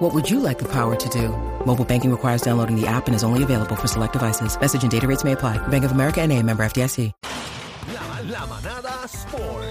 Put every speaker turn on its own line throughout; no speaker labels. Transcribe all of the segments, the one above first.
What would you like the power to do? Mobile banking requires downloading the app and is only available for select devices. Message and data rates may apply. Bank of America and a member FDIC.
La, la manada Sport.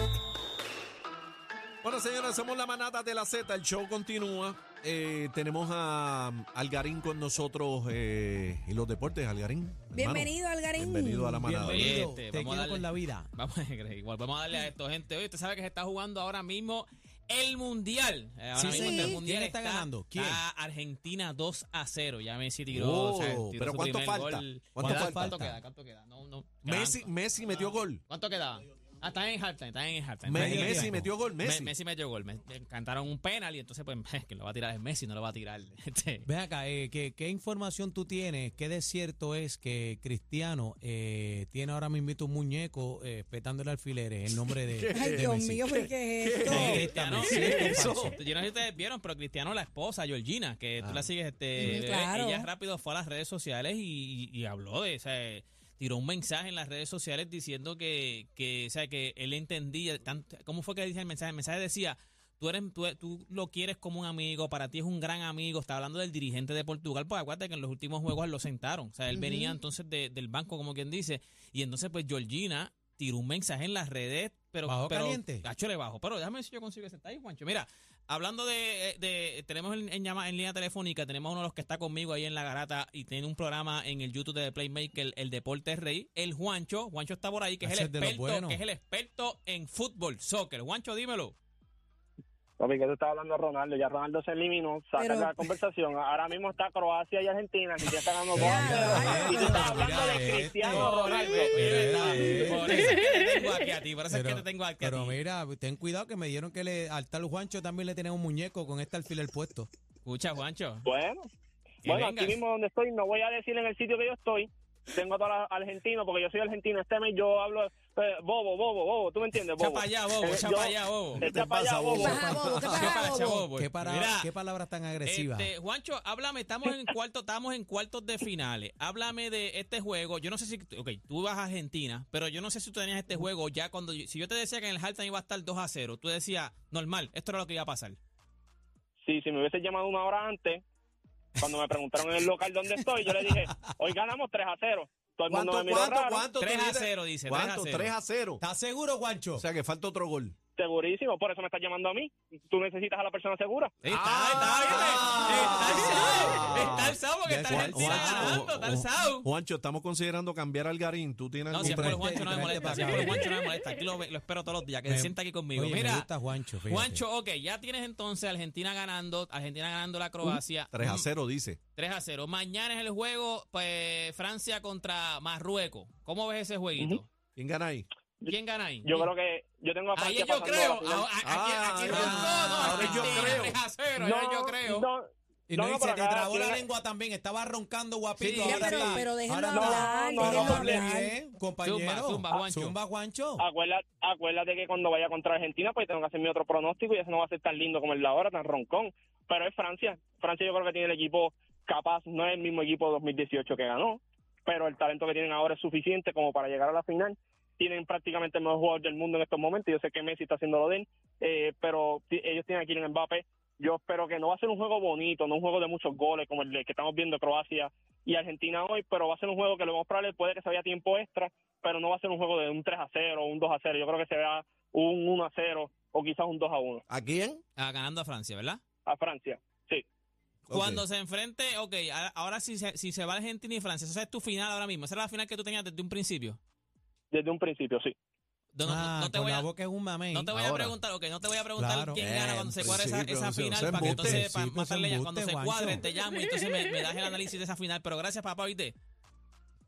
Bueno, señores, somos la manada de la Z. El show continúa. Eh, tenemos a um, Algarín con nosotros eh, y los deportes, Algarín. hermano.
Bienvenido, Algarín.
Bienvenido a la manada.
Bienvenido.
Oye, este,
te
vamos a
quiero
darle.
con la vida.
Vamos a igual, vamos a darle a esto, gente. Oye, usted sabe que se está jugando ahora mismo el Mundial. Eh, Ahora
Sí,
mismo
señor.
el Mundial
¿Quién está ganando? ¿Quién?
está Argentina 2 a 0. Ya Messi tiró.
Oh,
o sea, tiró
pero
su
¿cuánto
primer
falta?
gol.
¿Cuánto
¿Cuánto,
falta?
queda? ¿Cuánto queda? No, no.
Messi,
quedan-
Messi metió gol.
¿Cuánto queda? Ah, están en halftime, están en halftime.
Me-
Están en
medio
Messi
tiempo.
metió gol,
Me-
Messi.
Messi metió gol. Me, me cantaron un penal y entonces, pues, que lo va a tirar es Messi, no lo va a tirar. Este,
Ven acá, eh, ¿qué, qué información tú tienes? ¿Qué de cierto es que Cristiano eh, tiene ahora mismo un muñeco eh, petándole alfileres en nombre de.
Ay,
de
Dios
Messi?
mío, ¿por qué es esto?
Sí,
Directamente,
Cristiano,
sí,
sí,
eso.
falso. Yo no sé si ustedes vieron, pero Cristiano, la esposa, Georgina, que tú la sigues,
Ujú,
este, bebé,
claro.
ella rápido fue a las redes sociales y, y- y habló de, o sea, eh, tiró un mensaje en las redes sociales diciendo que, que, o sea, que él entendía, tanto- ¿cómo fue que dice el mensaje? El mensaje decía, tú, eres, tú, tú lo quieres como un amigo, para ti es un gran amigo, está hablando del dirigente de Portugal, pues acuérdate que en los últimos juegos lo sentaron, o sea, él venía entonces de- del banco, como quien dice, y entonces pues Georgina tiró un mensaje en las redes, pero...
¿Bajó
pero,
caliente?
Cacho, le bajó, pero déjame ver si yo consigo ese está ahí, Juancho. Mira, hablando de, de- tenemos en, en llama, en línea telefónica, tenemos uno de los que está conmigo ahí en la garata y tiene un programa en el YouTube de Playmaker, el, Deporte es Rey, el Juancho, Juancho está por ahí, que es, el
Ese es de los
experto,
buenos.
que es el experto en fútbol, soccer. Juancho, dímelo.
Papi, que tú estás hablando de Ronaldo. Ya Ronaldo se eliminó. Saca
Pero-
la conversación. Ahora mismo está Croacia y Argentina. Que ya están dando gol.
Ya,
Y tú
pero
estás hablando
mira
de
esto.
Cristiano Ronaldo.
Oye, oye,
oye,
está-
oye.
Por eso es que te tengo aquí a ti, por eso es que
eh, Pero,
te tengo aquí a
pero
ti.
mira, ten cuidado que me dieron que le, al tal Juancho también le tenía un muñeco con este alfiler puesto.
Escucha, Juancho.
Bueno,
que
bueno
vengas.
aquí mismo donde estoy, no voy a decir en el sitio que yo estoy. Tengo a todos los argentinos, porque yo soy argentino. Este mes yo hablo eh, bobo, bobo, bobo. ¿Tú me entiendes?
Echa
Bobo.
para allá, bobo,
Eh,
echa
yo-
para allá, bobo.
Echa
te
pa' allá,
pasa,
bobo.
¿Qué pasa, bobo? ¿Qué
Echa pa'
pasa,
allá,
bobo?
bobo.
¿Qué, palabra-
Mira.
qué palabras tan agresivas?
Este, Juancho, háblame, estamos en cuarto, estamos en cuartos de finales. Háblame de este juego. Yo no sé si, ok, tú vas a Argentina, pero yo no sé si tú tenías este juego ya cuando, yo- si yo te decía que en el halftime iba a estar 2 a 0, tú decías, normal, esto era lo que iba a pasar.
Sí, si me hubiese llamado una hora antes, cuando me preguntaron en el local dónde estoy, yo le dije, hoy ganamos 3 a 0. Todo el mundo
¿Cuánto,
me miró
cuánto,
raro.
cuánto?
3
tú
a
dices?
0 dice, 3 a
¿Cuánto?
0.
3 a 0.
¿Estás seguro, Juancho?
O sea que falta otro gol.
Segurísimo, por eso me estás llamando a mí. Tú necesitas a la persona segura.
Sí, Está,
Ah.
está, ¿viste? está, el sábado, está el sábado que
Ya
está
es
Argentina
Juancho.
ganando, está el sábado.
Juancho, estamos considerando cambiar al Garín. Tú tienes
No,
algún
si es por el
plan?
Juan-
Juancho no me molesta, si es por el Juancho no me molesta. Aquí lo, lo espero todos los días, que se
Me-
sienta aquí conmigo.
Oye,
Mira,
me gusta Juancho, fíjate.
Juancho, ok, ya tienes entonces a Argentina ganando, Argentina ganando la Croacia.
Uh,
3 a
Mm,
0 dice.
3 a 0. Mañana es el juego pues, Francia contra Marruecos. ¿Cómo ves ese jueguito?
¿Quién gana ahí?
¿Quién gana ahí?
Yo creo que yo tengo a
Ahí
Francia
yo
pasando
creo.
a la final.
Ahora- Aquí
Ah,
aquí
ah,
no es todo.
ahora yo creo.
3 a 0. Ahora yo creo.
No,
Y no,
No, no,
y se
pero
te
acá
trabó la
tiene-
lengua también, estaba roncando guapito.
Sí,
ahora
Mira, pero-
está-
pero déjenlo
ahora
hablar,
no, no,
déjenlo
hable
hablar.
bien, compañero.
Zumba, zumba, Juancho.
Zumba, Juancho.
acuérdate, acuérdate que cuando vaya contra Argentina, pues tengo que hacer mi otro pronóstico y eso no va a ser tan lindo como el de ahora, tan roncón. Pero es Francia. Francia yo creo que tiene el equipo capaz, no es el mismo equipo 2018 que ganó, pero el talento que tienen ahora es suficiente como para llegar a la final. Tienen prácticamente el mejor jugador del mundo en estos momentos. Yo sé que Messi está haciendo lo de él, eh, pero ti- ellos tienen aquí en Mbappé. Yo espero que no va a ser un juego bonito, no un juego de muchos goles como el de que estamos viendo Croacia y Argentina hoy, pero va a ser un juego que lo más probable puede que se vaya a tiempo extra, pero no va a ser un juego de un 3 a 0 o un 2 a 0. Yo creo que se vea un 1 a 0 o quizás un 2 a 1
¿A quién?
Ah, ganando a Francia, ¿verdad?
a Francia. Sí.
Ok.
Cuando se enfrente, ok, a- ahora si se, si se va Argentina y Francia, esa es tu final ahora mismo. Esa era la final que tú tenías desde un principio.
Desde un principio, sí.
No, no-
Ah,
no te
con
voy
la
a,
boca es un mamey.
No te voy a
Ahora.
preguntar, ok, no te voy a preguntar
Claro.
quién
Eh,
gana cuando se
en
cuadre esa,
principio,
esa
no sé, no
final
sé,
para que
embuste,
entonces
en
para
principio es
matarle ya, cuando
embuste,
se
Juancho.
cuadre te llamo y entonces me, me das el análisis de esa final. Pero gracias papá, oíste.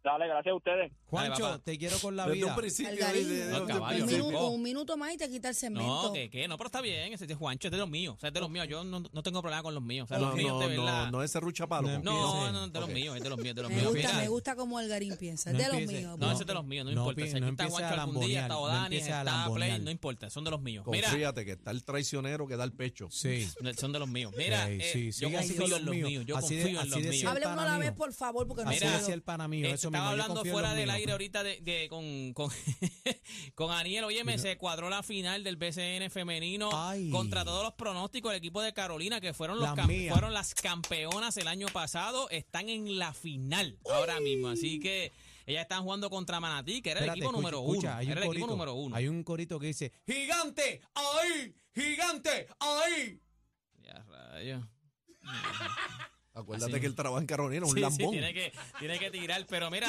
Dale, gracias a ustedes.
Juancho,
papá.
te quiero con la
Desde un
vida.
principio.
Algarín,
desde- desde
No,
un
caballo,
un,
principio.
minuto,
no.
un minuto más y te quita el cemento.
No, que, que no, pero está bien, ese es de Juancho, es de los míos, o sea, es de los míos, yo no, no tengo problema con los míos, o sea,
No,
los míos de
no,
verdad.
no, no es serrucha palo.
No,
No,
Empiece.
no, de los
Ok.
míos, es de los míos, de los
me
míos.
gusta,
Mira,
me gusta como Algarín piensa. Es de los
empieces-
míos.
No,
bro.
ese es de los míos, no,
No
importa.
pi-
Si aquí
no
está
empieces
Juancho
a
algún día,
lambonear,
está
no
Odani,
empieces a
está Play,
lambonear.
no importa, son de los míos. Mira,
Confíate que está el traicionero que da el pecho.
Sí.
son de los míos. Mira,
Ey,
eh,
sí,
yo
sigue así
confío
con
en los míos, yo
Así de-
confío en
así
los
de
míos.
siempre
Hable
para
una
mí.
vez, por favor, porque no
Así
Mira,
decía el pana mío,
Eh,
eso mismo,
estaba
yo
hablando
confío en
fuera
los
del
míos. pues.
aire ahorita de, de- con, con, con Aniel. Óyeme, se cuadró la final del BCN femenino
Ay.
contra todos los pronósticos. El equipo de Carolina, que fueron, los
Las
cam-
mías.
fueron las campeonas el año pasado, están en la final ahora mismo. Así que ellas están jugando contra Manatí, que era
Espérate,
el equipo
escucha,
número
escucha,
uno.
hay un
Era el equipo
corito,
número uno.
Hay un corito que dice, ¡Gigante! ¡Ahí! ¡Gigante! ¡Ahí!
Ya, rayos.
Acuérdate
Así.
que el trabajo en Carolina es un
Sí, sí,
lambón.
tiene, que, tiene que tirar, pero mira.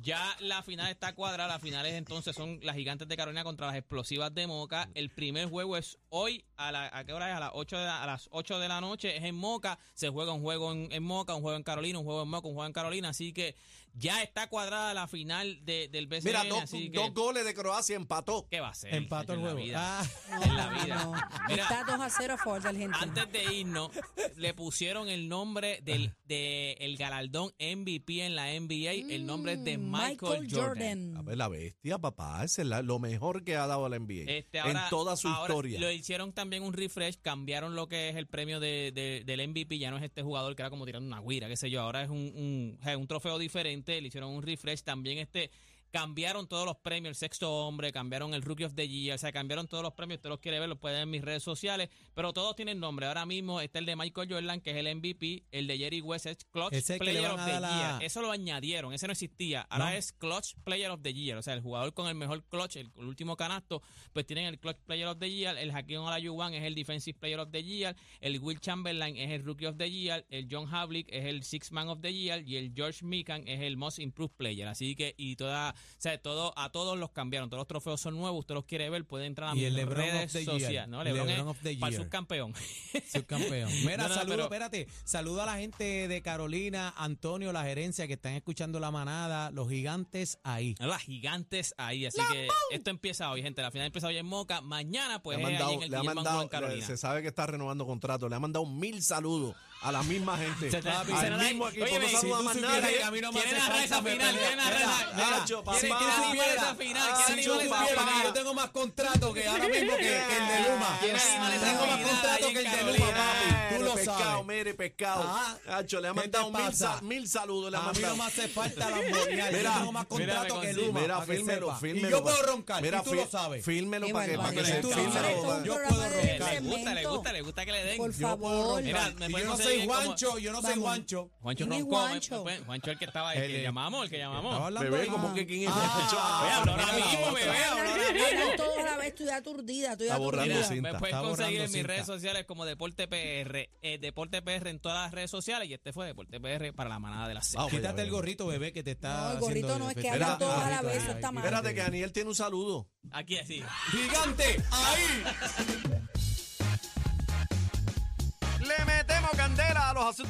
Ya la final está cuadrada. Las finales entonces son las gigantes de Carolina contra las explosivas de Moca. El primer juego es hoy. ¿A, la, a qué hora es? A las, 8 de la, a las 8 de la noche. Es en Moca. Se juega un juego en, en Moca, un juego en Carolina, un juego en Moca, un juego en Carolina. Así que ya está cuadrada la final de- del BCN.
Mira, dos,
así que,
dos goles de Croacia empató.
¿Qué va a ser?
Empató el
En la
juego.
vida.
Ah,
En la vida.
No,
Mira.
Está 2 a 0 a favor de Argentina.
Antes de irnos, le pusieron el nombre del de el galardón MVP en la NBA. el nombre es de
Mm,
Michael, Jordan.
A ver, la bestia, papá. Esa es la- lo mejor que ha dado la NBA
Este, ahora-
en toda su
ahora
historia.
Lo hicieron también un refresh, cambiaron lo que es el premio de, de- del MVP. Ya no es este jugador que era como tirando una guira, qué sé yo. Ahora es un, un, es un trofeo diferente. Le hicieron un refresh también este. Cambiaron todos los premios, el sexto hombre, cambiaron el Rookie of the Year, o sea, cambiaron todos los premios. Usted los quiere ver, los puede ver en mis redes sociales, pero todos tienen nombre. Ahora mismo está el de Michael Jordan, que es el MVP, el de Jerry West, es Clutch
Ese que le
Player
van
of
a
the
dar la-
Year. Eso lo añadieron, ese no existía. Ahora
No.
es Clutch Player of the Year, o sea, el jugador con el mejor clutch, el- el último canasto, pues tienen el Clutch Player of the Year, el Hakeem Olajuwon es el Defensive Player of the Year, el Will Chamberlain es el Rookie of the Year, el John Havlick es el Six Man of the Year y el George Mikan es el Most Improved Player. Así que y toda, o sea, todo a todos los cambiaron, todos los trofeos son nuevos, usted los quiere ver, puede entrar a
Y
mis
el LeBron
redes
of the Year.
sociales, ¿no? LeBron,
LeBron
es
of the
para
Year.
subcampeón.
subcampeón. Mira,
No, no, no,
saludo,
pero-
espérate. Saludo a la gente de Carolina, Antonio, la gerencia que están escuchando la manada, los gigantes ahí.
A Las gigantes ahí, así que esto empieza hoy, gente. La final empieza hoy en Moca, mañana pues
le ha
es allí
mandado,
en el
le ha
Guillermo
mandado- eh,
Angulo en Carolina.
se sabe que está renovando contrato. Le ha mandado mil saludos a la misma gente.
Se te-
al
se te-
mismo equipo.
Oye,
no
si
saluda
tú
más
supieras
nadie.
que a mí no me ¿Quieren hace arreglar falta, esa me final? pelea. ¿Quieren arreglar?
Mira,
Mira,
Nacho,
si
papá.
quieren animar esa final,
Ah,
quieren
si tú
animar esa
supieras
final.
que yo tengo
más contrato que ahora mismo que,
que el de Luma.
¿Quién animal esa
Tengo más
Navidad
contrato
ahí en
que el de Luma,
Carolina?
papi. Tú
Tú
lo
lo
pescado,
sabes.
mire, pescado.
Ajá.
Nacho, le ha
¿Qué te
mandado mil,
pasa?
sal- mil saludos. Le ha
A mí
mandado.
no me hace falta la moña. Yo
Mira,
tengo más
mira,
contrato
me
que
consigo.
Luma.
Mira,
para que
fírmelo,
sepa.
fírmelo.
Y yo puedo
pa-
roncar.
Mira,
y tú
fí-
lo sabes.
Fírmelo
Qué
para que, para que
barbaridad.
se
Tú lo
fírmelo.
sabes,
Esto es un
yo
programa
puedo
de
roncar.
Le gusta, le
cemento.
gusta, le gusta que le den.
Por
Yo puedo
favor.
roncar.
Mira, me
Y
puedes
yo no soy
conseguir como-
Juancho. Yo no soy
Vamos.
Juancho.
Juancho
¿Quién es
Roncó, me-
Juancho?
me- Juancho el que estaba ahí,
El-
que llamamos, el que llamamos.
Estaba hablando
Bebé,
ahí.
como que quién es
Ah.
muchacho.
Voy a
Ah,
hablar
Ah,
ahora mismo,
otra.
bebé, ahora mismo.
Hablan todos a la vez, estoy aturdida, estoy
Está borrando
aturdida.
Mira,
cinta.
me puedes
Está borrando
conseguir en mis
cinta.
redes sociales como Deporte PR, eh, Deporte PR en todas las redes sociales y este fue Deporte PR para la manada de las seis.
Vamos.
Quítate el gorrito, bebé, que te está.
No, el gorrito
haciendo
no, es que
efecto.
hablan todos a la
Ah,
vez,
ay,
está mal.
Espérate que Daniel tiene un saludo.
Aquí así.
¡Gigante! ¡Ahí!
Le metemos candela a los asuntos.